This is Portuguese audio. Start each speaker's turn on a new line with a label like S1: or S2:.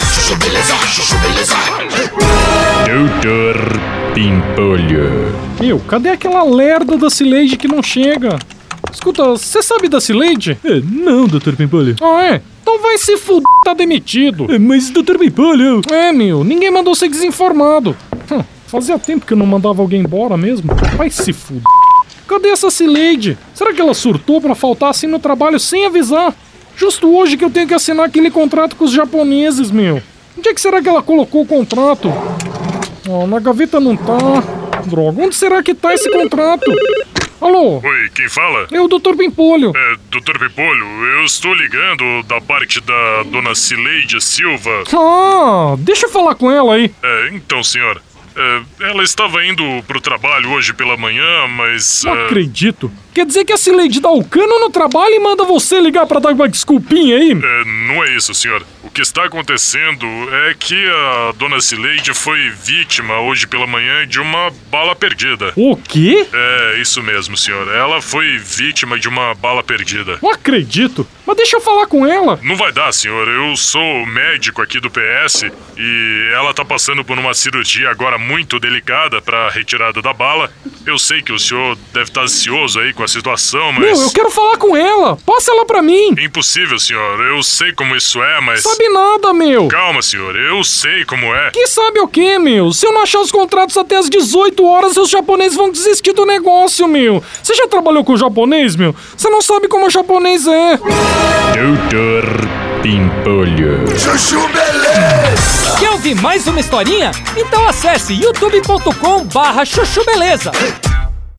S1: Chuchu-beleza, chuchu-beleza.
S2: Doutor Pimpolho.
S3: Meu, cadê aquela lerda da Cileide que não chega? Escuta, você sabe da Cileide?
S4: É, não, Dr. Pimpolho. É,
S3: Ah, é? Então vai se fuder, tá demitido.
S4: mas, Dr. Pimpolho...
S3: É, meu, ninguém mandou ser desinformado. Hum, fazia tempo que eu não mandava alguém embora mesmo. Vai se fuder. Cadê essa Cileide? Será que ela surtou pra faltar assim no trabalho sem avisar? Justo hoje que eu tenho que assinar aquele contrato com os japoneses, meu. Onde é que será que ela colocou o contrato? Ah, na gaveta não tá. Droga, onde será que tá esse contrato? Alô,
S2: Oi, quem fala?
S3: é o Dr. Pimpolho.
S2: É, Doutor Pimpolho, eu estou ligando da parte da dona Cileide Silva.
S3: Ah, deixa eu falar com ela aí.
S2: É, então, senhor. é, ela estava indo pro trabalho hoje pela manhã, mas.
S3: Não
S2: é,
S3: acredito. Quer dizer que a Cileide dá o cano no trabalho e manda você ligar pra dar uma desculpinha aí?
S2: É, não é isso, senhor. O que está acontecendo é que a dona Cileide foi vítima hoje pela manhã de uma bala perdida.
S3: O quê?
S2: É, isso mesmo, senhor. Ela foi vítima de uma bala perdida.
S3: Não acredito. Mas deixa eu falar com ela.
S2: Não vai dar, senhor. Eu sou médico aqui do PS e ela tá passando por uma cirurgia agora muito delicada pra retirada da bala. Eu sei que o senhor deve estar ansioso aí com a situação, mas.
S3: Meu, eu quero falar com ela. Passa ela pra mim.
S2: Impossível, senhor. Eu sei como isso é, mas.
S3: Sabe nada, meu.
S2: Calma, senhor. Eu sei como é.
S3: Que sabe o quê, meu? Se eu não achar os contratos até as 18 horas, os japoneses vão desistir do negócio, meu. Você já trabalhou com japonês, meu? Você não sabe como o japonês é.
S2: Doutor Pimpolho.
S1: Chuchu-beleza.
S5: Quer ouvir mais uma historinha? Então acesse youtube.com barra chuchu beleza.